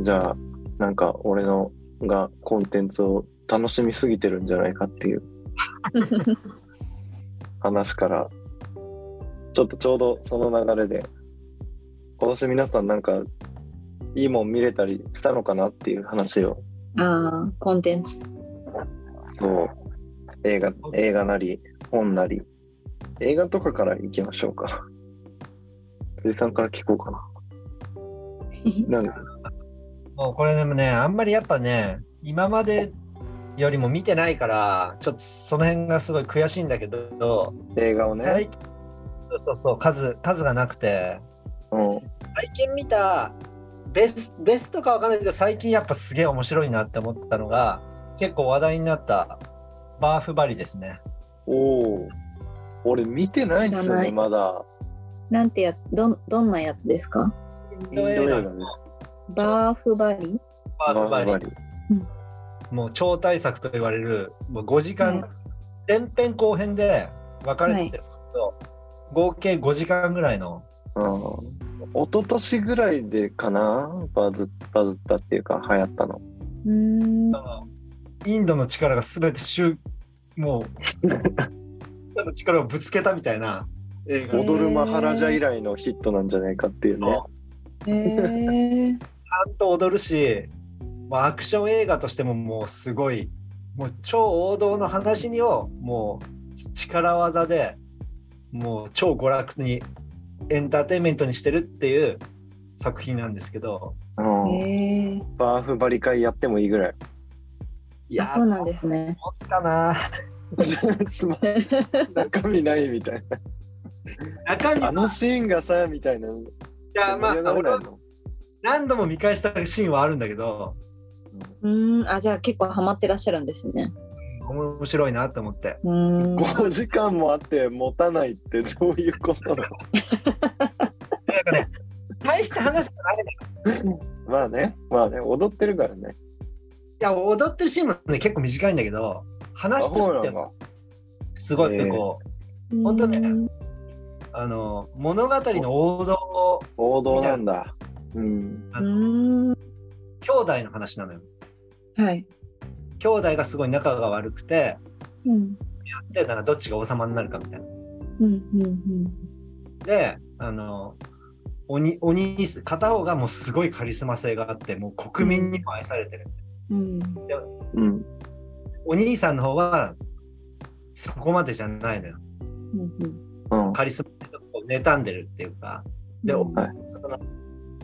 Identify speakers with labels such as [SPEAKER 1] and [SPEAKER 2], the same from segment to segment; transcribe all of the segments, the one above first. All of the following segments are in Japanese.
[SPEAKER 1] じゃあなんか俺のがコンテンツを楽しみすぎてるんじゃないかっていう話からちょっとちょうどその流れで今年皆さんなんかいいもん見れたりしたのかなっていう話を
[SPEAKER 2] ああ、コンテンツ。
[SPEAKER 1] そう映画映画なり本なり映画とかから行きましょうか辻さんから聞こうかななんか
[SPEAKER 3] もうこれでもね、あんまりやっぱね、今までよりも見てないから、ちょっとその辺がすごい悔しいんだけど、
[SPEAKER 1] 映画をね、
[SPEAKER 3] 最近、そうそうそう、数、数がなくて、
[SPEAKER 1] うん、
[SPEAKER 3] 最近見たベスベストかわかんないけど、最近やっぱすげえ面白いなって思ったのが、結構話題になったバーフバリですね。
[SPEAKER 1] おお俺見てないっす
[SPEAKER 2] 知
[SPEAKER 1] よ
[SPEAKER 2] らな
[SPEAKER 1] ね
[SPEAKER 2] い
[SPEAKER 1] まだ
[SPEAKER 2] なんてやつ、どん、どんなやつですか
[SPEAKER 1] インド映画です
[SPEAKER 2] バーフバリ
[SPEAKER 3] バーフバリ
[SPEAKER 1] バリ
[SPEAKER 3] もう超大作と言われるもう5時間、
[SPEAKER 2] はい
[SPEAKER 3] 前編後編で分かれてるんですけど、合計5時間ぐらいの
[SPEAKER 1] うん一昨年ぐらいでかなバズバズったっていうか流行ったの
[SPEAKER 2] うー ん。
[SPEAKER 3] あのインドの力が全て集もうインドの力をぶつけたみたいな映画
[SPEAKER 2] へー
[SPEAKER 1] 踊るマハラジャ以来のヒットなんじゃないかっていうね
[SPEAKER 3] そ
[SPEAKER 2] へえ。
[SPEAKER 3] ちゃんと踊るし、まあ、アクション映画としてももうすごいもう超王道の話にをもう力技でもう超娯楽にエンターテインメントにしてるっていう作品なんですけど
[SPEAKER 1] うん
[SPEAKER 2] へえ。
[SPEAKER 1] バーフバリ会やってもいいぐ らい
[SPEAKER 3] い
[SPEAKER 2] あ、そうなんですね。
[SPEAKER 3] 持つかな
[SPEAKER 1] すまん中身ないみたい
[SPEAKER 3] 中身
[SPEAKER 1] なあのシーンがさみたいない
[SPEAKER 3] やま
[SPEAKER 1] 盛
[SPEAKER 3] あ
[SPEAKER 1] り上が
[SPEAKER 3] 俺
[SPEAKER 1] ら
[SPEAKER 3] は
[SPEAKER 1] ないの
[SPEAKER 3] 何度も見返したシーンはあるんだけど
[SPEAKER 2] うーん、あ、じゃあ結構ハマってらっしゃるんですね。
[SPEAKER 3] 面白いなと思って
[SPEAKER 2] うーん。
[SPEAKER 1] 5時間もあって持たないってどういうことなの
[SPEAKER 3] なんかね大した話じゃないね
[SPEAKER 1] まあねまあね踊ってるからね
[SPEAKER 3] いや踊ってるシーンもね結構短いんだけ
[SPEAKER 1] あ
[SPEAKER 3] ど話と
[SPEAKER 1] そうな
[SPEAKER 3] して
[SPEAKER 1] ん
[SPEAKER 3] も
[SPEAKER 1] だ
[SPEAKER 3] すごい
[SPEAKER 1] ええ
[SPEAKER 3] こう、本当ねあの物語の王道を
[SPEAKER 1] 王道なんだうん
[SPEAKER 3] あ
[SPEAKER 2] う
[SPEAKER 3] の
[SPEAKER 2] ん。
[SPEAKER 3] 兄弟の話なのよ
[SPEAKER 2] はい。
[SPEAKER 3] 兄弟がすごい仲が悪くて
[SPEAKER 2] うん。
[SPEAKER 3] でなんかどっちが王様になるかみたいな
[SPEAKER 2] うん。うん。
[SPEAKER 3] であの鬼鬼片方がもうすごいカリスマ性があってもう国民にも愛されてる
[SPEAKER 2] うん。
[SPEAKER 1] うん
[SPEAKER 3] お兄さんの方はそこまでじゃないのよ
[SPEAKER 2] うん。
[SPEAKER 1] うん
[SPEAKER 3] カリスマ性とかを妬んでるっていうかで
[SPEAKER 2] うん
[SPEAKER 1] はい
[SPEAKER 3] その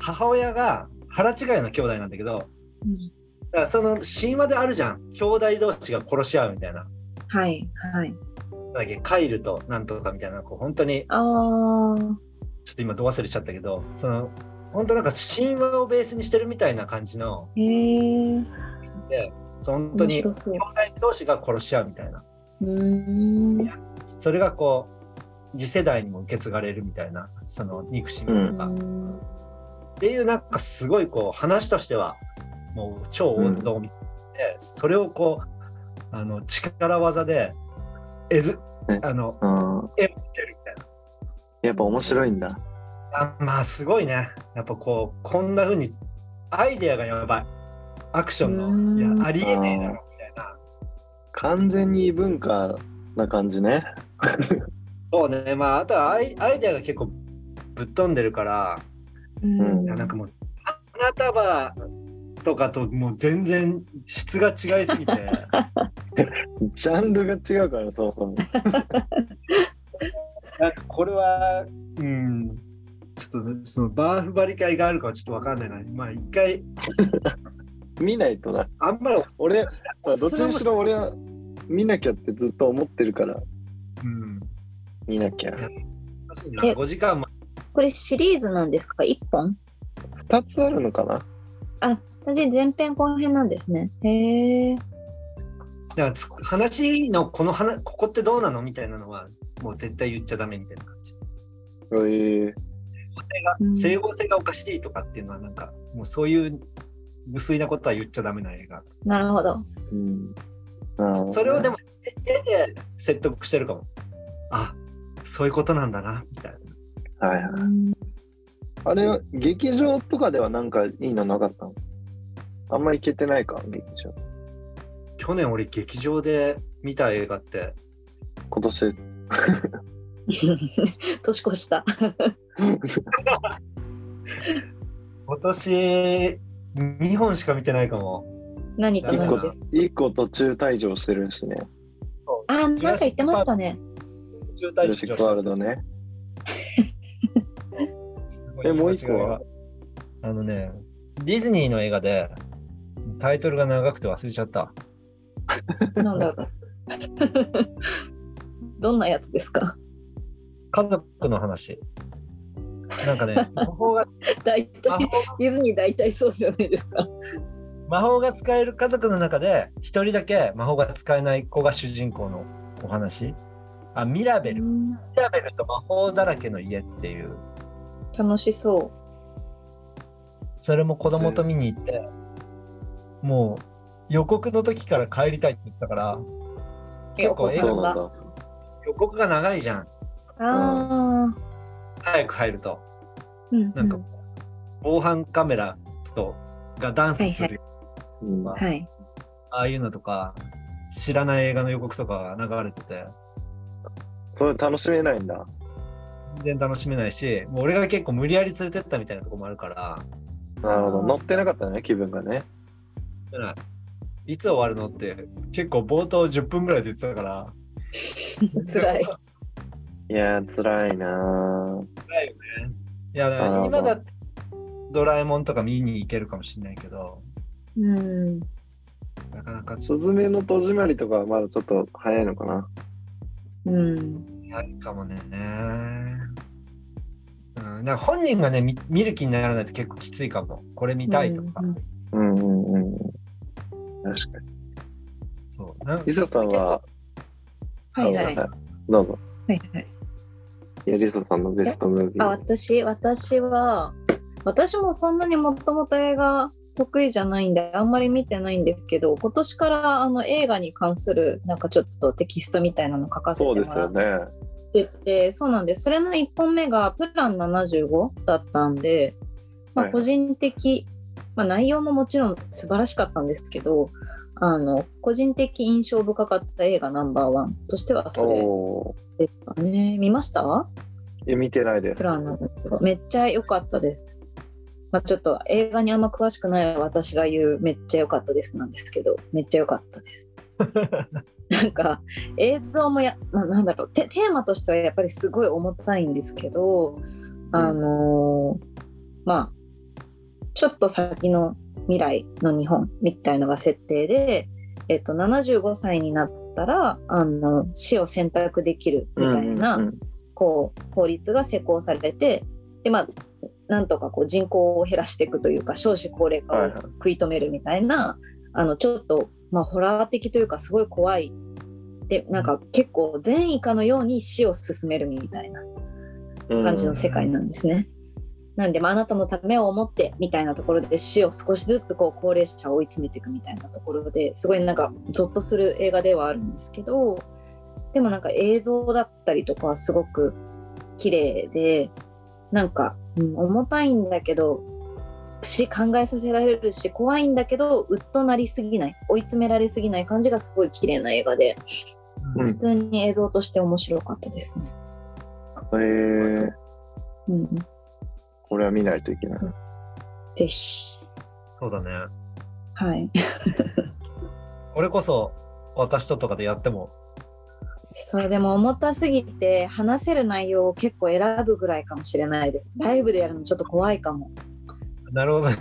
[SPEAKER 3] 母親が腹違いの兄弟なんだけど
[SPEAKER 2] うん
[SPEAKER 3] だからその神話であるじゃん兄弟同士が殺し合うみたいな
[SPEAKER 2] はい。はい。
[SPEAKER 3] なんだっけカイルとなんとかみたいなこう本当に
[SPEAKER 2] ああ。
[SPEAKER 3] ちょっと今ど忘れしちゃったけどその本当なんか神話をベースにしてるみたいな感じの
[SPEAKER 2] へえ。
[SPEAKER 3] でその本当
[SPEAKER 2] 面
[SPEAKER 3] に兄
[SPEAKER 2] 白
[SPEAKER 3] 弟
[SPEAKER 2] そう。
[SPEAKER 3] 同士が殺し合うみたいな
[SPEAKER 2] うーん。
[SPEAKER 3] それがこう次世代にも受け継がれるみたいなその憎しみとか、っていうなんかすごいこう話としてはもう超王道みたいで、それをこうあの力技でえず
[SPEAKER 1] ね
[SPEAKER 3] あの
[SPEAKER 1] うん
[SPEAKER 3] 絵をつけるみたいな
[SPEAKER 1] やっぱ面白いんだ
[SPEAKER 3] あまあすごいねやっぱこうこんな風にアイデアがやばいアクションの
[SPEAKER 2] うん
[SPEAKER 3] いやありえねえだろみたいな
[SPEAKER 1] 完全に異文化な感じね
[SPEAKER 3] そうねまああとはアイアイデアが結構ぶっ飛んでるから
[SPEAKER 2] うん。
[SPEAKER 3] いやなんかもう花束とかともう全然質が違いすぎて
[SPEAKER 1] ジャンルが違うからそもそ も
[SPEAKER 3] なんかこれはうんちょっとねそのバーフバリ会があるかはちょっとわかんないなまあ一回
[SPEAKER 1] 見ないとな
[SPEAKER 3] あんまり
[SPEAKER 1] 俺
[SPEAKER 3] お
[SPEAKER 1] どっちにしろ俺は見なきゃってずっと思ってるから
[SPEAKER 3] うん
[SPEAKER 1] 見なきゃ
[SPEAKER 3] 難しいな5時間も
[SPEAKER 2] これシリーズなんですか一本
[SPEAKER 1] 2つあるのかな
[SPEAKER 2] あ、私前編後編なんですね。へえ。
[SPEAKER 3] だからつ話のこの話ここってどうなのみたいなのはもう絶対言っちゃダメみたいな感じ
[SPEAKER 1] えー、
[SPEAKER 3] 整合性が
[SPEAKER 2] うん
[SPEAKER 3] 整合性がおかしいとかっていうのはなんかもうそういう無粋なことは言っちゃダメな映画
[SPEAKER 2] なるほど。
[SPEAKER 1] うんなるほどね
[SPEAKER 3] それをでも絵で説得してるかも。あそういうことなんだなみたいな。
[SPEAKER 1] はいはいあれは劇場とかではなんかいいのなかったんですかあんま行けてないか、劇場。
[SPEAKER 3] 去年俺劇場で見た映画って
[SPEAKER 1] 今年 です。
[SPEAKER 2] 年越した。
[SPEAKER 3] 今年2本しか見てないかも。
[SPEAKER 2] 何と
[SPEAKER 3] そうなん
[SPEAKER 1] 1
[SPEAKER 3] だ
[SPEAKER 2] 何
[SPEAKER 1] 個
[SPEAKER 2] です。
[SPEAKER 1] 一個途中退場してるしね。
[SPEAKER 2] あー、なんか言ってましたね。
[SPEAKER 3] 渋
[SPEAKER 1] ジュラシック・ワールドね。え、もう1個は
[SPEAKER 3] あのね、ディズニーの映画でタイトルが長くて忘れちゃった。
[SPEAKER 2] なんだろ う。どんなやつですか。
[SPEAKER 3] 家族の話。なん かね、魔法が
[SPEAKER 2] 大
[SPEAKER 3] 魔
[SPEAKER 2] 体
[SPEAKER 3] 法
[SPEAKER 2] ディズニー大体そうじゃないですか。
[SPEAKER 3] 魔法が使える家族の中で一人だけ魔法が使えない子が主人公のお話。あ、ミラベル。ミラベルと魔法だらけの家っていう。
[SPEAKER 2] 楽しそ
[SPEAKER 3] それも子供と見に行って、もう予告の時から帰りたいって言ってたから、
[SPEAKER 2] え
[SPEAKER 3] 結構
[SPEAKER 2] お子
[SPEAKER 3] 映
[SPEAKER 2] さ
[SPEAKER 1] そ
[SPEAKER 3] 画
[SPEAKER 2] ん
[SPEAKER 1] う
[SPEAKER 3] の
[SPEAKER 1] なんだ。
[SPEAKER 3] 予告が長いじゃん。
[SPEAKER 2] う。ああ。
[SPEAKER 3] 早く入ると。
[SPEAKER 2] うん。
[SPEAKER 3] なんか、防犯カメラとがダンスする、
[SPEAKER 1] うん
[SPEAKER 3] まあ
[SPEAKER 2] はい。
[SPEAKER 3] ああいうのとか、知らない映画の予告とかが流れてて、
[SPEAKER 1] それ楽しめないんだ。
[SPEAKER 3] 全然楽しめないし、もう俺が結構無理やり連れてったみたいなとこもあるから、
[SPEAKER 1] なるほど。乗ってなかったね、気分がね。
[SPEAKER 3] だからいつ終わるのって結構冒頭10分ぐらいで言ってたから、
[SPEAKER 2] 辛い。
[SPEAKER 1] いやー、辛いなー
[SPEAKER 3] いや、だか
[SPEAKER 1] なる
[SPEAKER 3] ら
[SPEAKER 1] ほど
[SPEAKER 3] 今だってドラえもんとか見に行けるかもしれないけど、
[SPEAKER 2] うん。
[SPEAKER 3] なかなかち
[SPEAKER 1] す
[SPEAKER 3] ょっ
[SPEAKER 1] ずめの戸締まりとかはまだちょっと早いのかな。
[SPEAKER 2] うん。
[SPEAKER 3] とやるかもね。うん、なんか本人がね見見る気にならないと結構きついかもこれ見たいとか、
[SPEAKER 2] うん
[SPEAKER 1] うんうんうんうん。確かに。
[SPEAKER 3] そうなん
[SPEAKER 1] リサさんは、あ
[SPEAKER 2] はいは
[SPEAKER 1] ごめ
[SPEAKER 2] い。
[SPEAKER 1] ん
[SPEAKER 2] は
[SPEAKER 1] なさどうぞ。
[SPEAKER 2] いはい。
[SPEAKER 1] いや、リサさんのベストムービ
[SPEAKER 2] あ
[SPEAKER 1] ー。
[SPEAKER 2] 私私は私もそんなにもともと映画得意じゃないんであんまり見てないんですけど今年からあの映画に関するなんかちょっとテキストみたいなの書かせ
[SPEAKER 1] そ
[SPEAKER 2] ても
[SPEAKER 1] うです
[SPEAKER 2] ら
[SPEAKER 1] よ
[SPEAKER 2] っ
[SPEAKER 1] ね。
[SPEAKER 2] ててそう,、なんですそれの1本目が「プラン75」だったんで、まあ、
[SPEAKER 1] はい
[SPEAKER 2] 個人的、まあ、内容ももちろん素晴らしかったんですけどあの個人的印象深かった映画ナンバーワンとしてはそれ
[SPEAKER 1] おー。
[SPEAKER 2] ですかね見ました
[SPEAKER 1] え、見てないです
[SPEAKER 2] プ。ランなんですけどめっちゃ良かったです。まあ、ちょっと映画にあんま詳しくない私が言うめっちゃ良かったですなんですけどめっちゃ良かっ たです。なんか映像もや、まあ、なんだろうテテーマとしてはやっぱりすごい重たいんですけどあのーまあちょっと先の未来の日本みたいのが設定で、えっと、75歳になったらあの死を選択できるみたいな、
[SPEAKER 1] うんうんうん
[SPEAKER 2] こう法律が施行されてで、まあ、なんとかこう人口を減らしていくというか少子高齢化
[SPEAKER 1] はい
[SPEAKER 2] を
[SPEAKER 1] はい
[SPEAKER 2] 食い止めるみたいな、あのちょっと、まあ、ホラー的というかすごい怖いでなんか結構善意かのように死を進めるみたいな感じの世界なんですね。なんで、まああなたのためを思ってみたいなところで死を少しずつこう高齢者を追い詰めていくみたいなところですごいなんかゾッとする映画ではあるんですけどでもなんか映像だったりとかはすごく綺麗でなんか、うん重たいんだけどし考えさせられるし怖いんだけどうっとなりすぎない追い詰められすぎない感じがすごい綺麗な映画で
[SPEAKER 1] う
[SPEAKER 2] 普
[SPEAKER 1] ん
[SPEAKER 2] 通に映像として面白かったですね。
[SPEAKER 1] えー、
[SPEAKER 2] うん、
[SPEAKER 1] これは見ないといけない。
[SPEAKER 2] ぜひ
[SPEAKER 3] そうだね
[SPEAKER 2] はい
[SPEAKER 3] 俺こそ私ととかでやっても
[SPEAKER 2] そうでも重たすぎて話せる内容を結構選ぶぐらいかもしれないですライブでやるのちょっと怖いかも、
[SPEAKER 3] なるほどね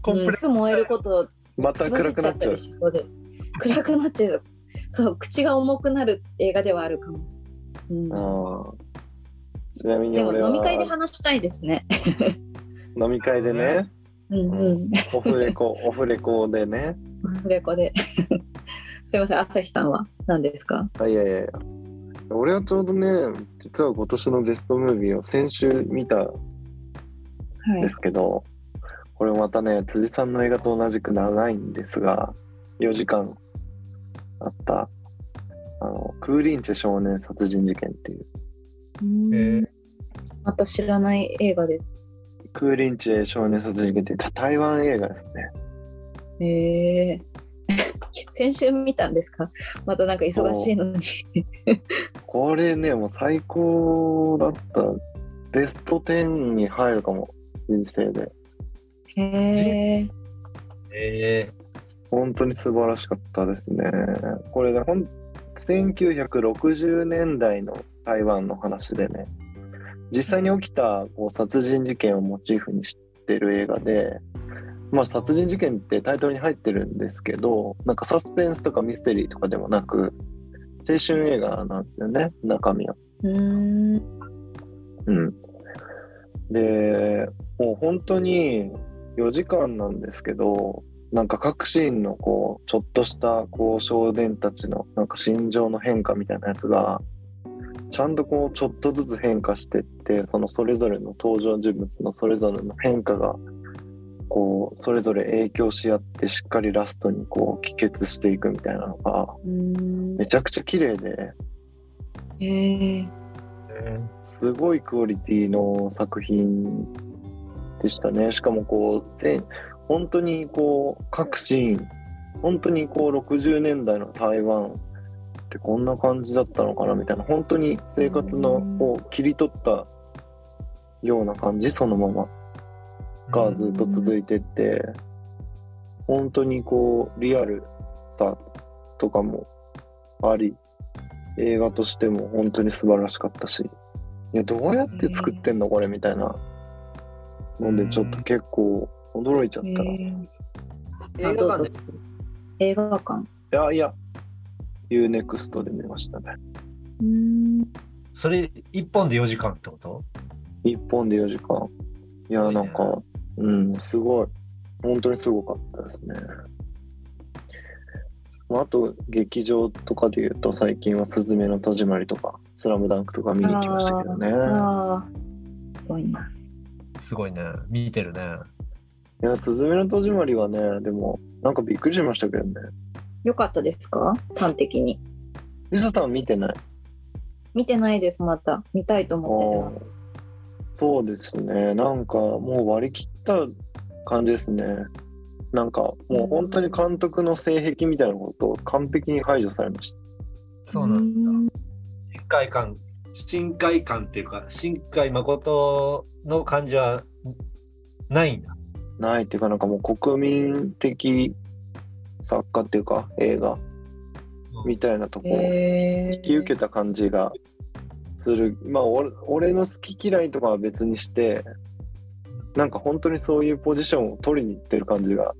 [SPEAKER 3] コ
[SPEAKER 2] う
[SPEAKER 3] ンプ
[SPEAKER 2] ん、
[SPEAKER 3] レ
[SPEAKER 2] すぐ燃えること
[SPEAKER 1] また
[SPEAKER 2] つまず
[SPEAKER 1] 暗
[SPEAKER 2] い
[SPEAKER 1] く
[SPEAKER 2] ちゃ
[SPEAKER 1] な
[SPEAKER 2] っ
[SPEAKER 1] っち
[SPEAKER 2] た
[SPEAKER 1] ゃう
[SPEAKER 2] り。しそうで暗くなっちゃうそう口が重くなる映画ではあるかも、うん、
[SPEAKER 1] あーちなみに
[SPEAKER 2] でも
[SPEAKER 1] 俺は
[SPEAKER 2] 飲み会で話したいですね
[SPEAKER 1] 飲み会でね、
[SPEAKER 2] うんうん
[SPEAKER 1] オフレコ、オフレコでね。
[SPEAKER 2] フレコで すいません朝日さんは何ですか
[SPEAKER 1] あいやいやいや。俺はちょうどね、実は今年のベストムービーを先週見たん
[SPEAKER 2] はい
[SPEAKER 1] ですけど、これまたね、辻さんの映画と同じく長いんですが、4時間あった、あの、クーリンチェ少年殺人事件っていう、
[SPEAKER 2] うん
[SPEAKER 3] えー
[SPEAKER 2] また知らない映画です
[SPEAKER 1] クーリンチェ少年殺人事件っていう台湾映画ですね。
[SPEAKER 2] へえ 先週見たんですかまたなんか忙しいのに
[SPEAKER 1] これね、もう最高だった。ベスト10に入るかも、人生で。
[SPEAKER 2] へえ
[SPEAKER 3] え
[SPEAKER 1] 本当に素晴らしかったですね。これね、ほん1960年代の台湾の話でね、実際に起きたこう殺人事件をモチーフにしてる映画で、まあ、殺人事件ってタイトルに入ってるんですけど、なんかサスペンスとかミステリーとかでもなく、青春映画なんですよね、中身は。
[SPEAKER 2] うーん
[SPEAKER 1] うん。で、もう本当に4時間なんですけど、なんか各シーンのこう、ちょっとしたこう少年たちのなんか心情の変化みたいなやつが、ちゃんとこう、ちょっとずつ変化してって、そのそれぞれの登場人物のそれぞれの変化が、こう、それぞれ影響し合って、しっかりラストにこう、帰結していくみたいなのが、
[SPEAKER 2] うーん
[SPEAKER 1] めちゃくちゃ綺麗で、
[SPEAKER 2] へえ
[SPEAKER 1] すごいクオリティの作品でしたね。しかもこう、全本当にこう、各シーン、本当にこう、60年代の台湾ってこんな感じだったのかなみたいな、本当に生活のを切り取ったような感じ、そのままがずっと続いてって、本当にこう、リアルさとかもあり、映画としても本当に素晴らしかったし、いや、どうやって作ってんのこれみたいな。ので、ちょっと結構驚いちゃったな。い
[SPEAKER 3] 映
[SPEAKER 2] あど
[SPEAKER 3] 画
[SPEAKER 2] うぞ
[SPEAKER 3] 館で
[SPEAKER 2] 映画館
[SPEAKER 1] や、いや、UNEXT で見ましたね。
[SPEAKER 2] うーん
[SPEAKER 3] それ一本で4時間ってこと
[SPEAKER 1] 1本で4時間。いや、なんか、うん、すごい。本当にすごかったですね。まあ、あと、劇場とかで言うと、最近は「すずめの戸締まり」とか「スラムダンクとか見に来ましたけどね。
[SPEAKER 2] ああすごいな
[SPEAKER 3] すごいね。見てるね。
[SPEAKER 1] いや、すずめの戸締まりはね、でも、なんかびっくりしましたけどね。
[SPEAKER 2] 良かったですか端的に
[SPEAKER 1] リサさんは見てない
[SPEAKER 2] 見てないですまた見たいと思ってます
[SPEAKER 1] そうですね。なんかもう割り切った感じですね。なんかもう本当に監督の性癖みたいなことを完璧に排除されました。
[SPEAKER 3] そうなんだ。
[SPEAKER 2] だ
[SPEAKER 3] 深海感、深海感っていうか、深海誠の感じはないんだ。
[SPEAKER 1] ないっていうかなんかもう国民的作家っていうか映画みたいなとこを
[SPEAKER 2] へえ
[SPEAKER 1] 引き受けた感じがする。まあ俺俺の好き嫌いとかは別にして、なんか本当にそういうポジションを取りに行ってる感じが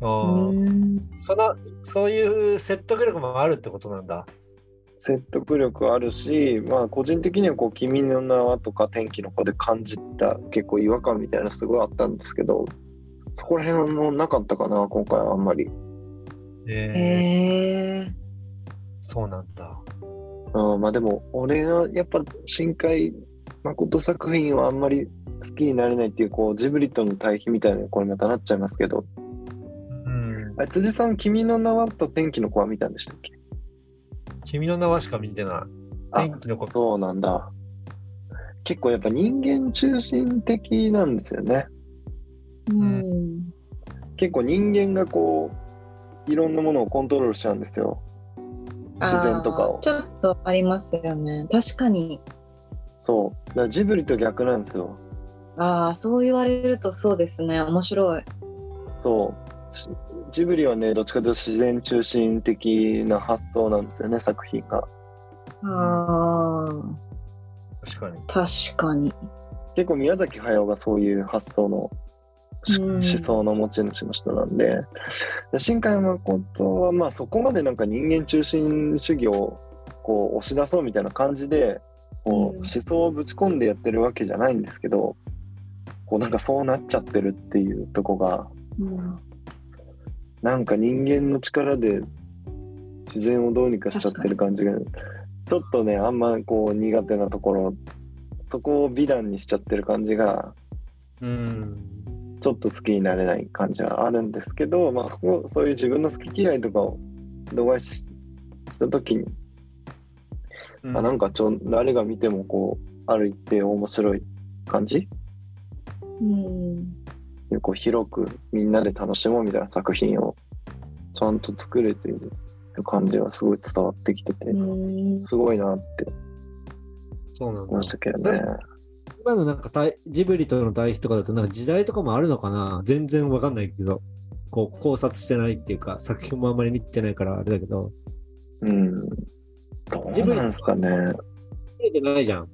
[SPEAKER 2] う
[SPEAKER 3] うん
[SPEAKER 2] ーん
[SPEAKER 3] そのそういう説得力もあるってことなんだ。
[SPEAKER 1] 説得力あるし、まあ、個人的にはこう「君の名は」とか「天気の子」で感じた結構違和感みたいなすごいあったんですけどそこら辺のなかったかな今回はあんまり、
[SPEAKER 3] え
[SPEAKER 2] へえ
[SPEAKER 3] そうなんだ。
[SPEAKER 1] うん、まあでも俺がやっぱ深海誠作品はあんまり好きになれないっていうこうジブリとの対比みたいなこれまたなっちゃいますけど
[SPEAKER 3] うん。
[SPEAKER 1] あ辻さん「君の名は」と「天気の子」は見たんでしたっけ
[SPEAKER 3] 君の名はしか見てない。
[SPEAKER 1] あ
[SPEAKER 3] 天気のこと。
[SPEAKER 1] そうなんだ結構やっぱ人間中心的なんですよね
[SPEAKER 2] うん
[SPEAKER 1] 結構人間がこういろんなものをコントロールしちゃうんですよ自然とか
[SPEAKER 2] あー
[SPEAKER 1] を
[SPEAKER 2] ちょっとありますよね確かに
[SPEAKER 1] そうだからジブリと逆なんですよ
[SPEAKER 2] ああそう言われるとそうですね面白い
[SPEAKER 1] そうしジブリはねどっちかというと自然中心的な発想なんですよね作品が
[SPEAKER 2] あー
[SPEAKER 3] 確かに。
[SPEAKER 2] 確かに
[SPEAKER 1] 結構宮崎駿がそういう発想のし
[SPEAKER 2] うん
[SPEAKER 1] 思想の持ち主の人なんでで新海誠はまあそこまでなんか人間中心主義をこう押し出そうみたいな感じでこう
[SPEAKER 2] うん
[SPEAKER 1] 思想をぶち込んでやってるわけじゃないんですけどこうなんかそうなっちゃってるっていうとこが
[SPEAKER 2] うん
[SPEAKER 1] なんか人間の力で自然をどうにかしちゃってる感じがちょっとねあんまこう苦手なところそこを美談にしちゃってる感じが
[SPEAKER 3] うん。
[SPEAKER 1] ちょっと好きになれない感じはあるんですけど、まあ、そこそういう自分の好き嫌いとかを度外視しした時に、あなんかちょ誰が見てもこうある一定面白い感じ
[SPEAKER 2] うん
[SPEAKER 1] こう広くみんなで楽しもうみたいな作品をちゃんと作れている感じがすごい伝わってきてて、
[SPEAKER 2] うん
[SPEAKER 1] すごいなって
[SPEAKER 3] そうなん
[SPEAKER 1] 思いま
[SPEAKER 3] だ
[SPEAKER 1] し。たけどね。
[SPEAKER 4] 今のなんか対ジブリとの対比とかだとなんか時代とかもあるのかな全然わかんないけどこう考察してないっていうか作品もあんまり見てないからあれだけど
[SPEAKER 1] うん。どうなんですかね。
[SPEAKER 4] 見れてないじゃん。ん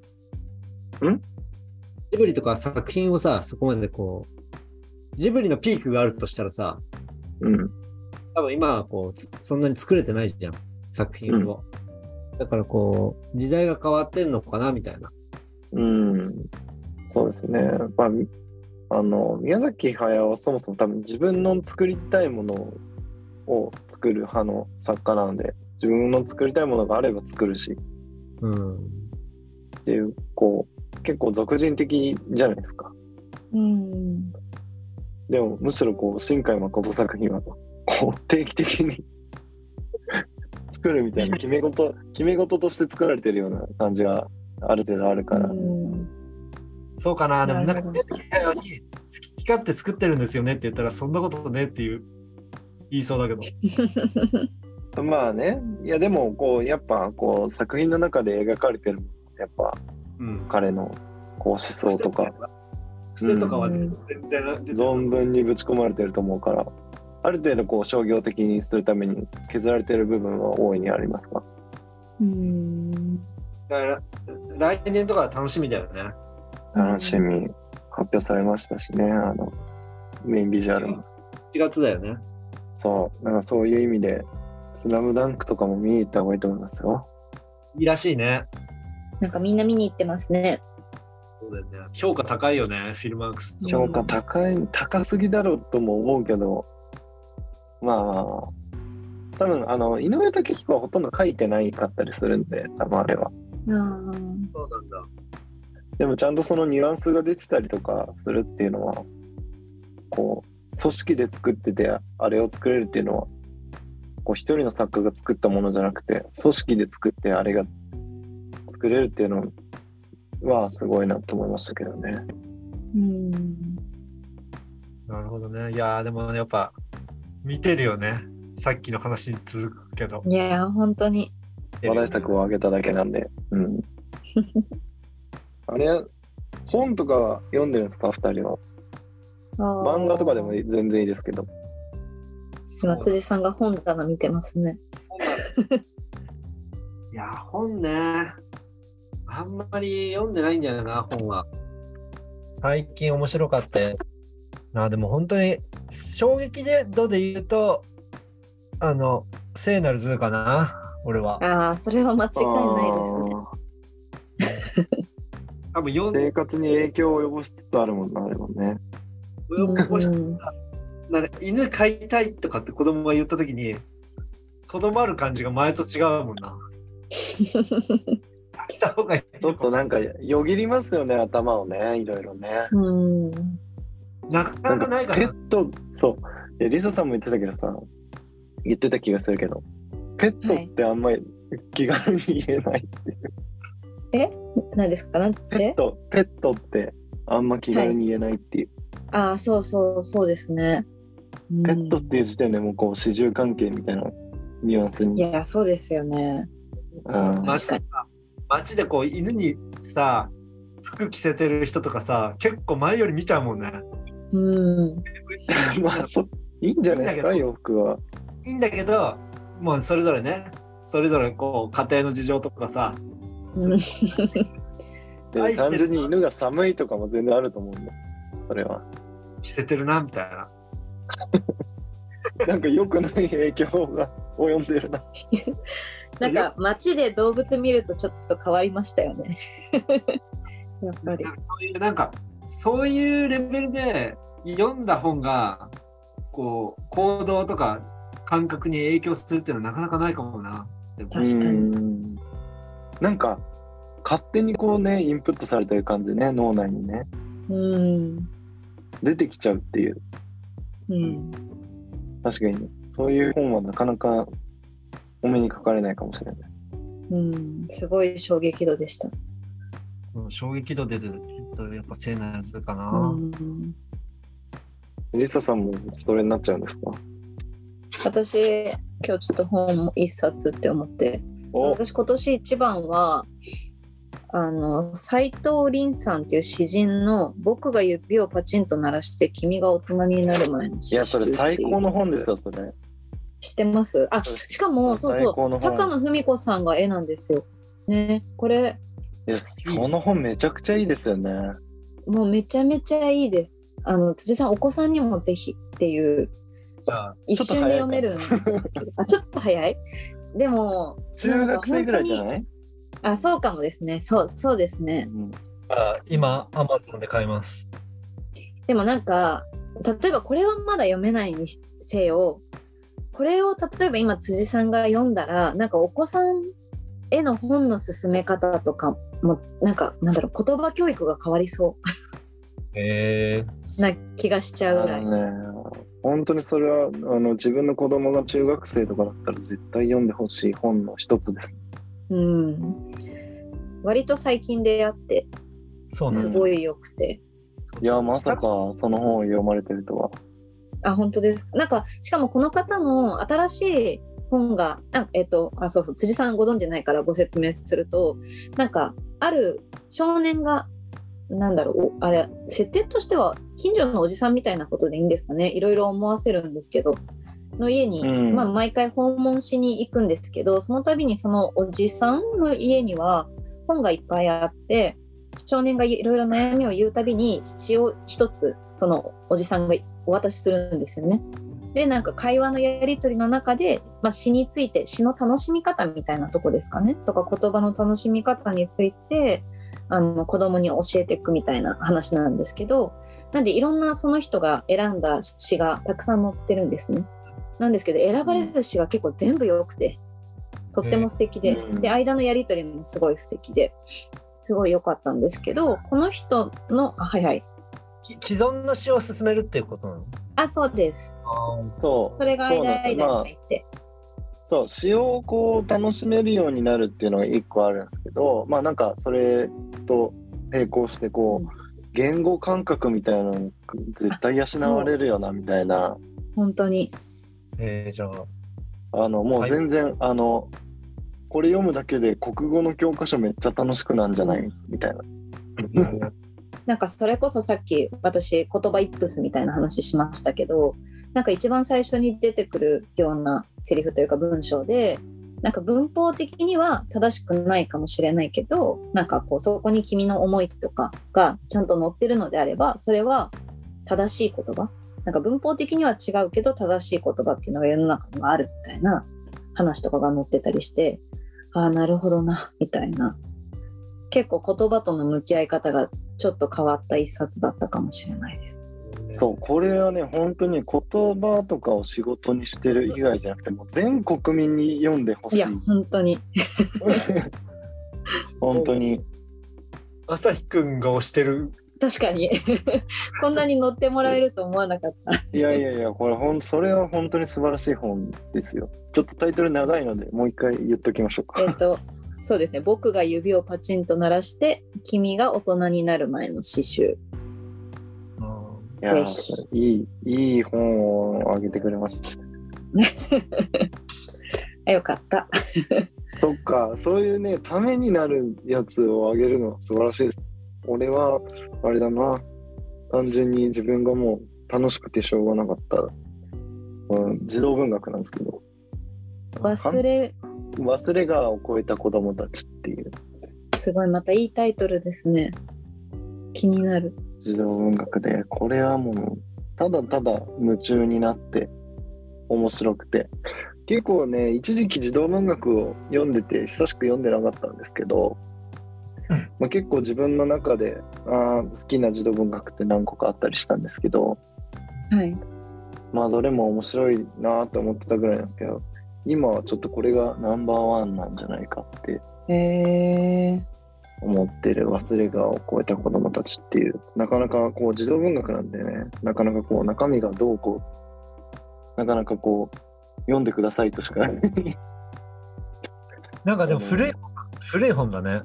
[SPEAKER 4] ジブリとか作品をさそこまでこうジブリのピークがあるとしたらさ
[SPEAKER 1] うん。
[SPEAKER 4] 多分今はこうつそんなに作れてないじゃん作品を、だからこう時代が変わってんのかなみたいな
[SPEAKER 1] うん。そうですね。まあみ、あの、宮崎駿はそもそも多分自分の作りたいものを作る派の作家なんで、自分の作りたいものがあれば作るし、
[SPEAKER 4] うん
[SPEAKER 1] っていう、こう、結構俗人的じゃないですか。
[SPEAKER 2] うん
[SPEAKER 1] でも、むしろこう、新海誠作品は、こう、定期的に作るみたいな、決め事、決め事として作られてるような感じがある程度あるから。
[SPEAKER 2] うん
[SPEAKER 3] そうかな、でもなん
[SPEAKER 2] なる
[SPEAKER 3] か、
[SPEAKER 2] ほど
[SPEAKER 3] 宮崎駿に好き勝手作ってるんですよねって言ったら、そんなことねっていう言いそうだけど。
[SPEAKER 1] まあね、いやでもこうやっぱこう作品の中で描かれてるやっぱ
[SPEAKER 3] うん。
[SPEAKER 1] 彼のこう思想とか。
[SPEAKER 3] 癖とかは全然出て
[SPEAKER 1] 存分にぶち込まれてると思うからある程度こう商業的にするために削られてる部分は大いにありますか
[SPEAKER 2] うん
[SPEAKER 3] だから来年とかは楽しみだよね。
[SPEAKER 1] 楽しみ発表されましたしねあのメインビジュアルも
[SPEAKER 4] 4月だよね
[SPEAKER 1] そうなんかそういう意味で「スラムダンクとかも見に行った方がいいと思いますよ
[SPEAKER 3] いいらしいね。
[SPEAKER 2] なんかみんな見に行ってますね。
[SPEAKER 3] そうだよね。評価高いよね、フィルマークス
[SPEAKER 2] うん
[SPEAKER 1] 評価高い高すぎだろうとも思うけどまあ多分あの井上武彦はほとんど書いてないかったりするんで多分あれは
[SPEAKER 2] あー
[SPEAKER 3] そうなんだ。
[SPEAKER 1] でもちゃんとそのニュアンスが出てたりとかするっていうのはこう組織で作っててあれを作れるっていうのはこう一人の作家が作ったものじゃなくて組織で作ってあれが作れるっていうのはすごいなと思いましたけどね。
[SPEAKER 2] うん
[SPEAKER 3] なるほどね。いやー、でもやっぱ見てるよね。さっきの話に続くけど。
[SPEAKER 2] いやー本当に。
[SPEAKER 1] 話題作を挙げただけなんで。うん、あれ本とかは読んでるんですか二人は。漫
[SPEAKER 2] 漫
[SPEAKER 1] 画とかでも全然いいですけど。
[SPEAKER 2] 今辻さんが本棚見てますね。
[SPEAKER 4] いや本ねあんまり読んでないんだよな本は
[SPEAKER 3] 最近面白かったよなでも本当に衝撃で度で言うとあの聖なるズーかな俺は
[SPEAKER 2] ああそれは間違いないですね。
[SPEAKER 1] あ
[SPEAKER 3] 多分読
[SPEAKER 1] ー
[SPEAKER 3] んで
[SPEAKER 1] 生活に影響を及ぼしつつあるもんな、でもね。
[SPEAKER 2] うん
[SPEAKER 3] なんか犬飼いたいとかって子供が言った時にとどまる感じが前と違うもんなやった方がいい
[SPEAKER 1] ちょっとなんかよぎりますよね、頭をね、いろいろね。
[SPEAKER 2] うん
[SPEAKER 3] なかなかないか
[SPEAKER 1] ペ
[SPEAKER 3] ら
[SPEAKER 1] ット、そう。いや、リサさんも言ってたけどさ、言ってた気がするけど、ペットってあんまり気軽に言えない。
[SPEAKER 2] 何ですかなん
[SPEAKER 1] ペッ
[SPEAKER 2] て
[SPEAKER 1] ト、ペットってあんま気軽に言えないっていう。
[SPEAKER 2] ああそうそうそうですね。うん
[SPEAKER 1] ペットっていう時点でもうこう、始終関係みたいなニュアンス
[SPEAKER 2] い
[SPEAKER 1] に。
[SPEAKER 2] やそうですよね。
[SPEAKER 1] うん
[SPEAKER 2] 確かに
[SPEAKER 3] 街でこう犬にさ服着せてる人とかさ結構前より見ちゃうも んね
[SPEAKER 2] うん。
[SPEAKER 1] まあ、そう、いいんじゃないですか、
[SPEAKER 3] いいんだけど
[SPEAKER 1] 洋服は。
[SPEAKER 3] いいんだけどもうそれぞれねそれぞれこう家庭の事情とかさ
[SPEAKER 2] うん
[SPEAKER 1] で
[SPEAKER 3] 愛してる
[SPEAKER 1] 単純に犬が寒いとかも全然あると思うんだ。それは。
[SPEAKER 3] 着せてるなみたいな
[SPEAKER 1] なんか良くない影響が及んでるな。
[SPEAKER 2] なんか街で動物見るとちょっと変わりました よね。やっぱり
[SPEAKER 3] な。んかそういうなんかそういうレベルで読んだ本がこう行動とか感覚に影響するっていうのはなかなかないかもな。でも
[SPEAKER 2] 確かに
[SPEAKER 1] に。なんか勝手にこうねインプットされてる感じね脳内にね
[SPEAKER 2] うん。
[SPEAKER 1] 出てきちゃうっていう
[SPEAKER 2] うん。
[SPEAKER 1] 確かにそういう本はなかなかお目にかかれないかもしれない。
[SPEAKER 2] うん。すごい衝撃度でした。
[SPEAKER 3] その衝撃度出てるとやっぱ聖なやつかな。
[SPEAKER 2] うん。
[SPEAKER 1] リサさんもストレになっちゃうんですか
[SPEAKER 2] 私今日ちょっと本一冊って思って
[SPEAKER 1] お
[SPEAKER 2] 私今年一番はあの斉藤凛さんっていう詩人の「僕が指をパチンと鳴らして君が大人になる前の詩
[SPEAKER 1] いや、それ最高の本です
[SPEAKER 2] よ
[SPEAKER 1] よ、それ。
[SPEAKER 2] 知ってますあ
[SPEAKER 1] そう
[SPEAKER 2] しかもそう
[SPEAKER 1] 最
[SPEAKER 2] そ
[SPEAKER 1] 高の本
[SPEAKER 2] う高野文子さんが絵なんですよねこれ
[SPEAKER 1] いや、その本めちゃくちゃいいですよね。
[SPEAKER 2] もうめちゃめちゃいいですあの辻さんお子さんにもぜひっていう
[SPEAKER 3] じゃあ、
[SPEAKER 2] 一瞬で読めるんですけどあちょっと早いでも
[SPEAKER 1] 中学生ぐらいじゃ
[SPEAKER 2] んか
[SPEAKER 1] ない
[SPEAKER 2] 本当にあそうかもですねそうそうですね
[SPEAKER 1] うん
[SPEAKER 3] あ今、アマゾンで買います。
[SPEAKER 2] でもなんか例えばこれはまだ読めないにせよこれを例えば今辻さんが読んだらなんかお子さんへの本の進め方とかもなんかなんだろう言葉教育が変わりそ
[SPEAKER 3] え
[SPEAKER 2] う な気がしちゃうぐら
[SPEAKER 1] あ
[SPEAKER 2] い。
[SPEAKER 1] のね、本当にそれはあの自分の子供が中学生とかだったら絶対読んでほしい本の一つです。
[SPEAKER 2] うん割と最近出会って
[SPEAKER 3] ー、そうなん
[SPEAKER 2] す
[SPEAKER 3] だ
[SPEAKER 2] ごい良くて、
[SPEAKER 1] いやまさかその本を読まれてるとは。
[SPEAKER 2] あ本当ですかなんかしかもこの方の新しい本があえっ、とあそうそう辻さんご存じないからご説明するとなんかある少年がなんだろうおあれ設定としては近所のおじさんみたいなことでいいんですかねいろいろ思わせるんですけどの家に、
[SPEAKER 1] うん
[SPEAKER 2] まあ、毎回訪問しに行くんですけどその度にそのおじさんの家には本がいっぱいあって少年がいろいろ悩みを言うたびに詩を一つそのおじさんがお渡しするんですよね。でなんか会話のやり取りの中で、まあ、詩について詩の楽しみ方みたいなとこですかねとか言葉の楽しみ方についてあの子供に教えていくみたいな話なんですけどなんでいろんなその人が選んだ詩がたくさん載ってるんですね。なんですけど選ばれる詩は結構全部良くてとっても素敵で、
[SPEAKER 1] うん
[SPEAKER 2] で間のやり取りもすごい素敵ですごい良かったんですけどこの人のあはいはい
[SPEAKER 3] き既存の詩を進めるっていうことなの
[SPEAKER 2] あそうです
[SPEAKER 3] あー
[SPEAKER 1] そう。
[SPEAKER 2] それが
[SPEAKER 1] そう
[SPEAKER 2] 間
[SPEAKER 1] なんですよ
[SPEAKER 2] 間に入って。
[SPEAKER 1] そう詩をこう楽しめるようになるっていうのが一個あるんですけどまあなんかそれと並行してこう、
[SPEAKER 2] うん
[SPEAKER 1] 言語感覚みたいなのに絶対養われるよなみたいな
[SPEAKER 2] 本当に
[SPEAKER 3] えー、じゃあ、
[SPEAKER 1] あのもう全然、あのこれ読むだけで国語の教科書めっちゃ楽しくなんじゃないみたいな。
[SPEAKER 2] なんかそれこそさっき私言葉イップスみたいな話しましたけどなんか一番最初に出てくるようなセリフというか文章でなんか文法的には正しくないかもしれないけどなんかこうそこに君の思いとかがちゃんと載ってるのであればそれは正しい言葉なんか文法的には違うけど正しい言葉っていうのが世の中にはあるみたいな話とかが載ってたりしてああなるほどなみたいな結構言葉との向き合い方がちょっと変わった一冊だったかもしれないです。
[SPEAKER 1] そうこれはね本当に言葉とかを仕事にしてる以外じゃなくてもう全国民に読んでほ
[SPEAKER 2] い
[SPEAKER 1] しい
[SPEAKER 2] や、本当に。
[SPEAKER 1] 本当に
[SPEAKER 3] 朝日くんが推してる。
[SPEAKER 2] 確かに。 こんなに乗ってもらえると思わなかった。
[SPEAKER 1] いやいやいやこれほんそれは本当に素晴らしい本ですよちょっとタイトル長いのでもう一回言っときましょうか、
[SPEAKER 2] えっと、そうですね。僕が指をパチンと鳴らして、君が大人になる前の詩集。
[SPEAKER 3] うん
[SPEAKER 1] いや
[SPEAKER 2] ぜひ
[SPEAKER 1] いいいい本をあげてくれました
[SPEAKER 2] あよかった。
[SPEAKER 1] そっか、そういうね、ためになるやつをあげるのは素晴らしいです。俺は、あれだな、単純に自分がもう楽しくてしょうがなかった、うん、児童文学なんですけど、
[SPEAKER 2] 忘れ、
[SPEAKER 1] 忘れがを超えた子供たちっていう
[SPEAKER 2] すごい、またいいタイトルですね。気になる。
[SPEAKER 1] 児童文学で、これはもう、ただただ夢中になって、面白くて、結構ね、一時期児童文学を読んでて、久しく読んでなかったんですけど、
[SPEAKER 3] うん
[SPEAKER 1] まあ、結構自分の中であー好きな児童文学って何個かあったりしたんですけど、
[SPEAKER 2] はい。
[SPEAKER 1] まあどれも面白いなと思ってたぐらいなんですけど、今はちょっとこれがナンバーワンなんじゃないかって
[SPEAKER 2] えー、
[SPEAKER 1] 思ってる忘れがを超えた子供たちっていう、なかなかこう児童文学なんでね、なかなかこう中身がどうこう、なかなかこう読んでくださいとしか
[SPEAKER 3] なんかでも古い、古い本だね。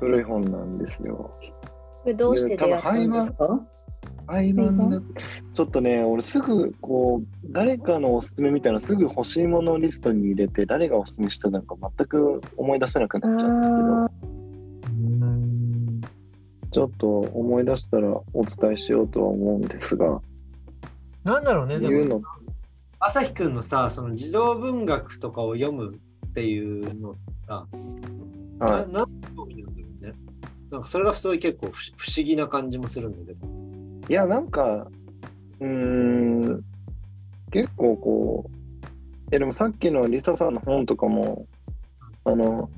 [SPEAKER 1] 古い本なんですよ。
[SPEAKER 2] これどうして出会ったんですか
[SPEAKER 1] アイランドちょっとね、俺すぐこう、誰かのおすすめみたいな、すぐ欲しいものリストに入れて、誰がおすすめしたなんか全く思い出せなくなっちゃうんだけど、ちょっと思い出したらお伝えしようとは思うんですが、
[SPEAKER 3] なんだろうね、で
[SPEAKER 1] 言う
[SPEAKER 3] も、
[SPEAKER 1] の、
[SPEAKER 3] 朝日くんのさ、その児童文学とかを読むっていうの、
[SPEAKER 1] はい、
[SPEAKER 3] ななんか興味なんだよね。なんかそれがすごい結構不思不思議な感じもするんだけど。
[SPEAKER 1] いや、なんか、うーん、結構こう、えでもさっきのリサさんの本とかも、あの、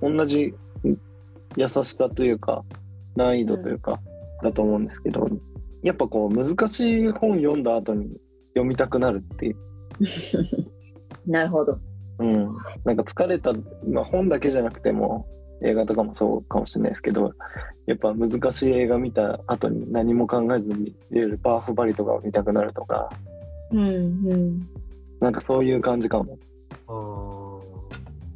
[SPEAKER 1] 同じうん優しさというか、難易度というか、だと思うんですけど、やっぱこう、難しい本読んだ後に読みたくなるっていう、
[SPEAKER 2] なるほど。
[SPEAKER 1] うん、なんか疲れた、まあ、本だけじゃなくても、映画とかもそうかもしれないですけど、やっぱ難しい映画見た後に何も考えずに見れるバーフバリとかを見たくなるとか、
[SPEAKER 2] うんうん。
[SPEAKER 1] なんかそういう感じかも。
[SPEAKER 3] あー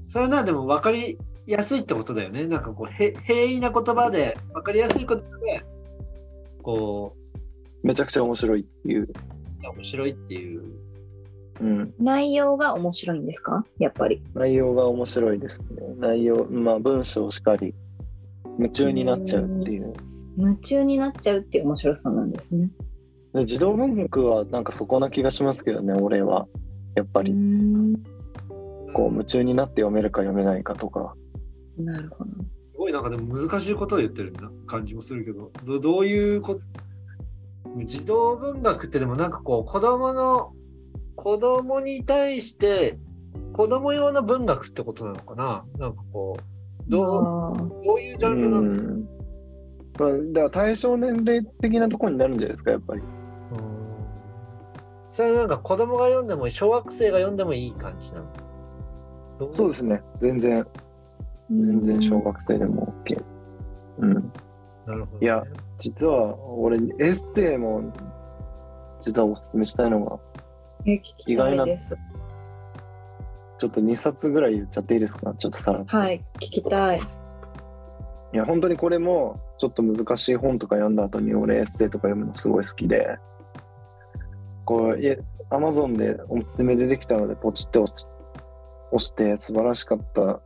[SPEAKER 3] それはな、でも分かりやすいってことだよね。なんかこう、へ平易な言葉で、分かりやすい言葉で、こ
[SPEAKER 1] めちゃくちゃ面白いっていう。
[SPEAKER 3] う、いや面白いっていう。
[SPEAKER 1] うん、
[SPEAKER 2] 内容が面白いんですかやっぱり。
[SPEAKER 1] 内容が面白いですね。内容、まあ文章しかり、夢中になっちゃうっていう。
[SPEAKER 2] 夢中になっちゃうっていう面白さなんですね。
[SPEAKER 1] で児童文学はなんかそこな気がしますけどね、俺は。やっぱ
[SPEAKER 2] う
[SPEAKER 1] り、
[SPEAKER 2] ん。
[SPEAKER 1] こう夢中になって読めるか読めないかとか。
[SPEAKER 2] なるほど。
[SPEAKER 3] すごいなんかでも難しいことを言ってるな感じもするけど、どどういうこと児童文学ってでもなんかこう子供の子供に対して子供用の文学ってことなのかななんかこうど
[SPEAKER 2] あー
[SPEAKER 3] うどういうジャンルな
[SPEAKER 1] う
[SPEAKER 3] の、
[SPEAKER 1] んまあ、だから対象年齢的なところになるんじゃないですか、やっぱり。
[SPEAKER 3] それはなんか子供が読んでもいい小学生が読んでもいい感じなのど
[SPEAKER 1] そうですね。全然、全然小学生でも OK。うん。
[SPEAKER 3] なるほど、
[SPEAKER 1] いや実は俺エッセイも実はおすすめしたいのが
[SPEAKER 2] え聞きたいです。
[SPEAKER 1] ちょっと2冊ぐらい言っちゃっていいですかちょっとさらっと
[SPEAKER 2] はい、聞きたい。
[SPEAKER 1] いや本当にこれもちょっと難しい本とか読んだ後に俺エッセイとか読むのすごい好きでこうアマゾンでおすすめ出てきたのでポチって押す押して素晴らしかった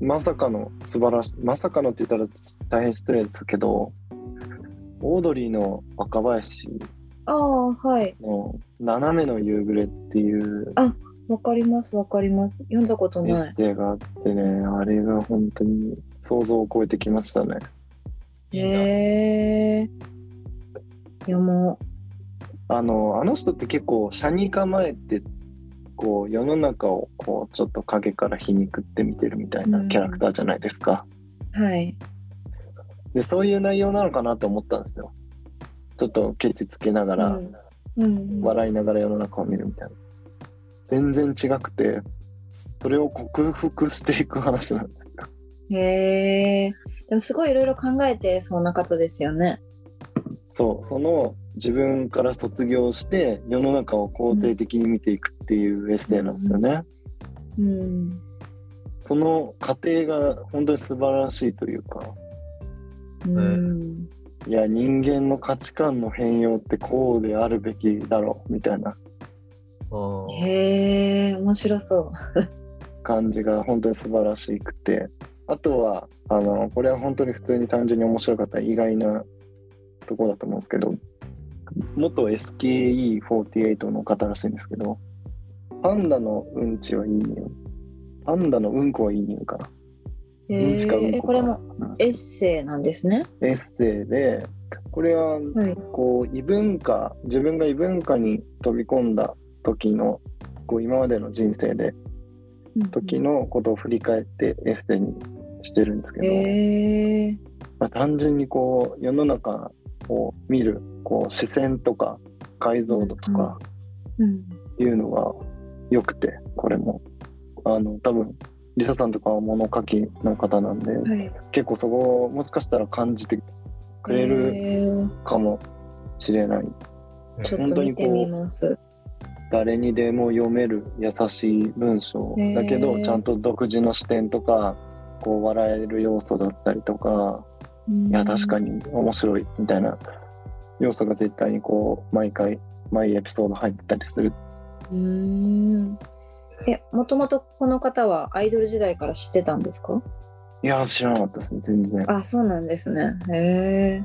[SPEAKER 1] まさかの素晴らしまさかのって言ったら大変失礼ですけどオードリーの若林
[SPEAKER 2] ああ、はい。
[SPEAKER 1] の「斜めの夕暮れ」っていう
[SPEAKER 2] わかります、わかります。読んだこと
[SPEAKER 1] エ
[SPEAKER 2] な
[SPEAKER 1] ッ
[SPEAKER 2] い。
[SPEAKER 1] セイがあってね、あれが本当に想像を超えてきましたね。
[SPEAKER 3] いいな
[SPEAKER 2] へえ。読も
[SPEAKER 1] あのあの人って結構車に構えてこう世の中をこうちょっと影から皮肉って見てるみたいな
[SPEAKER 2] うん
[SPEAKER 1] キャラクターじゃないですか。
[SPEAKER 2] う。はい。
[SPEAKER 1] でそういう内容なのかなと思ったんですよ。ちょっとケチつけながら、
[SPEAKER 2] うんうん。
[SPEAKER 1] 笑いながら世の中を見るみたいな。全然違くてそれを克服していく話なんです。
[SPEAKER 2] へえ。でもすごいいろいろ考えてそんな方ですよね。
[SPEAKER 1] そうその自分から卒業して世の中を肯定的に見ていくっていうエッセイなんですよね。
[SPEAKER 2] うん。
[SPEAKER 1] その過程が本当に素晴らしいというか
[SPEAKER 2] うん。
[SPEAKER 1] いや人間の価値観の変容ってこうであるべきだろうみたいな
[SPEAKER 3] うん
[SPEAKER 2] へえ、面白そう。
[SPEAKER 1] 感じが本当に素晴らしくてあとはあのこれは本当に普通に単純に面白かった意外なところだと思うんですけど元 SKE48 の方らしいんですけどパンダのうんちはいい匂いパンダのうんこはいい匂いかな
[SPEAKER 2] へ
[SPEAKER 1] うんちかうん
[SPEAKER 2] え、
[SPEAKER 1] こ
[SPEAKER 2] こ
[SPEAKER 1] か
[SPEAKER 2] れもエッセイなんですね。
[SPEAKER 1] エッセイでこれは
[SPEAKER 2] はい。
[SPEAKER 1] こう異文化自分が異文化に飛び込んだ時のこう今までの人生で時のことを振り返ってエステにしてるんですけど、
[SPEAKER 2] へえ。
[SPEAKER 1] まあ、単純にこう世の中を見るこう視線とか解像度とか
[SPEAKER 2] うん。
[SPEAKER 1] いうのが良くてこれもあの多分リサさんとかは物書きの方なんで、
[SPEAKER 2] はい。
[SPEAKER 1] 結構そこをもしかしたら感じてくれる
[SPEAKER 2] へー
[SPEAKER 1] かもしれない
[SPEAKER 2] ちょっと見てみます。
[SPEAKER 1] 誰にでも読める優しい文章
[SPEAKER 2] へー
[SPEAKER 1] だけどちゃんと独自の視点とかこう笑える要素だったりとかいや確か
[SPEAKER 2] に。
[SPEAKER 1] に面白いみたいな要素が絶対にこう、毎回、毎エピソード入ったりする。
[SPEAKER 2] うーん。え、もともとこの方はアイドル時代から知ってたんですか
[SPEAKER 1] いや、知らなかったですね、全然。
[SPEAKER 2] あ、そうなんですね。へ
[SPEAKER 3] エ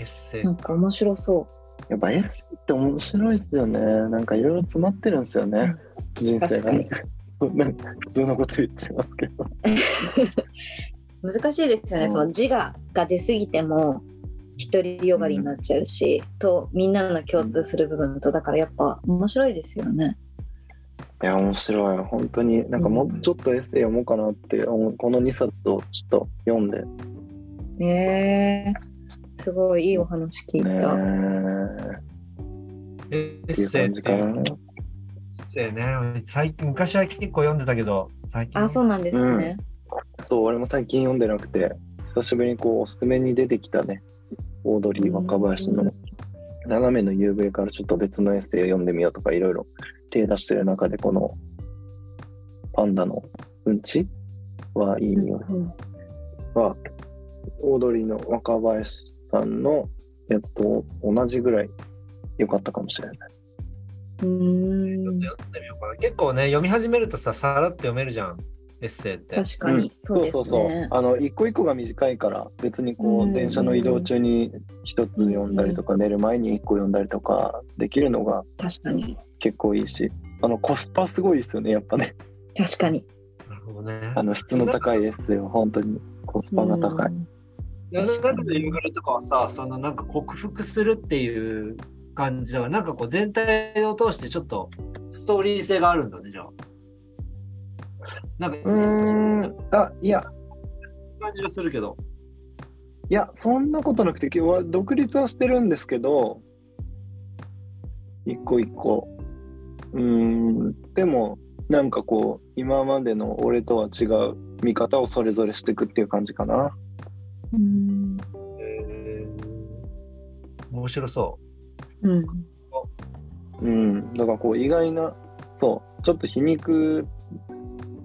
[SPEAKER 3] ッセ
[SPEAKER 2] え。
[SPEAKER 3] イ
[SPEAKER 2] なんか面白そ
[SPEAKER 1] やっぱエッセイって面白いですよね。なんかいろいろ詰まってるんですよね、人生がね。なんか普通のこと言っちゃいますけど。
[SPEAKER 2] う。難しいですよね。
[SPEAKER 1] うん
[SPEAKER 2] その自我が出すぎても、独りよがりになっちゃうし、と、みんなの共通する部分と、だからやっぱ面白いですよね。
[SPEAKER 1] いや、面白い。本当に、なんかもうちょっとエッセイ読もうかなって、思うこの2冊をちょっと読んで。
[SPEAKER 2] へえ。すごいいいお話聞
[SPEAKER 1] ね
[SPEAKER 2] いた。
[SPEAKER 3] エ
[SPEAKER 1] っ
[SPEAKER 3] ッ
[SPEAKER 1] ていう
[SPEAKER 3] セ
[SPEAKER 1] 感
[SPEAKER 3] イっ
[SPEAKER 1] じ
[SPEAKER 3] て
[SPEAKER 1] か
[SPEAKER 3] エ
[SPEAKER 1] な。
[SPEAKER 3] ッセイね最近昔は結構読んでたけど最近
[SPEAKER 2] あ、そうなんですね。
[SPEAKER 1] そう、俺も最近読んでなくて、久しぶりにこう、おすすめに出てきたね、オードリー・若林
[SPEAKER 2] う
[SPEAKER 1] の斜めの夕暮れからちょっと別のエッセイを読んでみようとか、いろいろ手出してる中で、このパンダのうんちはいい匂い
[SPEAKER 2] うん
[SPEAKER 1] は、オードリーの若林さんのやつと同じぐらい良かったかもしれない。
[SPEAKER 2] うんう
[SPEAKER 3] ちょっ
[SPEAKER 2] ん
[SPEAKER 3] と読んでみようかな結構ね読み始めるとささらっと読めるじゃんエッセイって
[SPEAKER 2] 確かに、
[SPEAKER 1] うん
[SPEAKER 2] そうです
[SPEAKER 1] そ
[SPEAKER 2] ね
[SPEAKER 1] うそうあの一個一個が短いから別に
[SPEAKER 2] うんう
[SPEAKER 1] こ
[SPEAKER 2] んうん
[SPEAKER 1] う電車の移動中に一つ読んだりとか寝る前に一個読んだりとかできるのが
[SPEAKER 2] 確かに
[SPEAKER 1] 結構いいしあのコスパすごいですよねやっぱね
[SPEAKER 2] 確かに
[SPEAKER 3] なるほどね
[SPEAKER 1] あの質の高いですよ本当にコスパが高い、
[SPEAKER 3] 世の中のインフレとかはさそのなんか克服するっていう感じだからなんかこう全体を通してちょっとストーリー性があるんだねじゃあなんか
[SPEAKER 1] うん
[SPEAKER 3] 感
[SPEAKER 1] あいや
[SPEAKER 3] じがするけど
[SPEAKER 1] いやそんなことなくて今日は独立はしてるんですけど一個一個うーんでもなんかこう今までの俺とは違う見方をそれぞれしていくっていう感じかな
[SPEAKER 2] うん
[SPEAKER 3] えー面白そ
[SPEAKER 2] うん
[SPEAKER 1] うん、だからこう意外なそうちょっと皮肉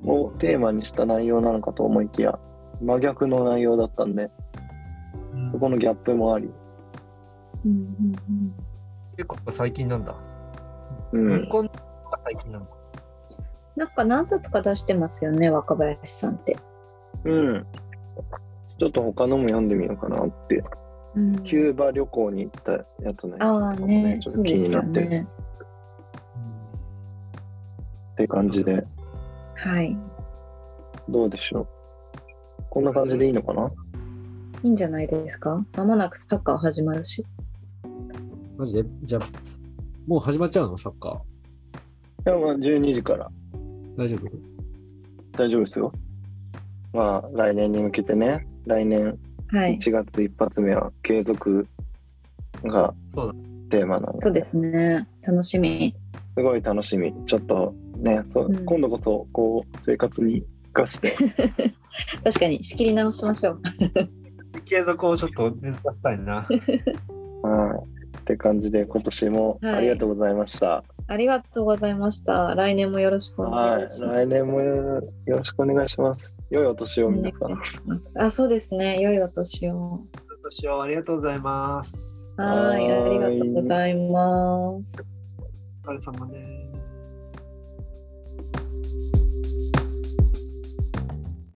[SPEAKER 1] をテーマにした内容なのかと思いきや真逆の内容だったんで
[SPEAKER 3] う、
[SPEAKER 1] そこのギャップもあり、
[SPEAKER 2] うん
[SPEAKER 3] 結構最近なんだ、
[SPEAKER 1] う、
[SPEAKER 3] うんこんなのが最近なのか
[SPEAKER 2] なんか何冊か出してますよね若林さんって、
[SPEAKER 1] うん、ちょっと他のも読んでみようかなって
[SPEAKER 2] うん
[SPEAKER 1] キューバ旅行に行ったやつのやつ
[SPEAKER 2] ああ
[SPEAKER 1] とかも
[SPEAKER 2] ね
[SPEAKER 1] ちょっと
[SPEAKER 2] そう
[SPEAKER 1] 気
[SPEAKER 2] です
[SPEAKER 1] にな
[SPEAKER 2] よ
[SPEAKER 1] ってる
[SPEAKER 2] ね
[SPEAKER 1] って感じで
[SPEAKER 2] はい
[SPEAKER 1] どうでしょうこんな感じでいいのかない
[SPEAKER 2] いんじゃないですかまもなくサッカー始まるし
[SPEAKER 4] マジでじゃあ、もう始まっちゃうのサッカー。
[SPEAKER 1] いやまあ12時から
[SPEAKER 4] 大丈夫
[SPEAKER 1] 大丈夫ですよまあ来年に向けてね来年
[SPEAKER 2] はい
[SPEAKER 1] 1月一発目は継続が
[SPEAKER 3] そう
[SPEAKER 1] テーマなの
[SPEAKER 2] そうですね楽しみ
[SPEAKER 1] すごい楽しみちょっとねそう、
[SPEAKER 2] うん
[SPEAKER 1] 今度こそこう生活に生かして
[SPEAKER 2] 確かに仕切り直しましょう
[SPEAKER 3] だ継続をちょっと根付かせたい な
[SPEAKER 1] はいって感じで今年も
[SPEAKER 2] はい
[SPEAKER 1] ありがとうございました
[SPEAKER 2] ありがとうございました来年もよろしくお
[SPEAKER 1] はい、
[SPEAKER 2] 願いします
[SPEAKER 1] 来年もよろしくお願いします良いお年を皆さん、
[SPEAKER 2] あそうですね良いお年を
[SPEAKER 3] 私はありがとうございます
[SPEAKER 2] はい、
[SPEAKER 1] は
[SPEAKER 2] あ
[SPEAKER 1] ー
[SPEAKER 2] り
[SPEAKER 1] い
[SPEAKER 2] がとうございます。
[SPEAKER 3] お疲れ様です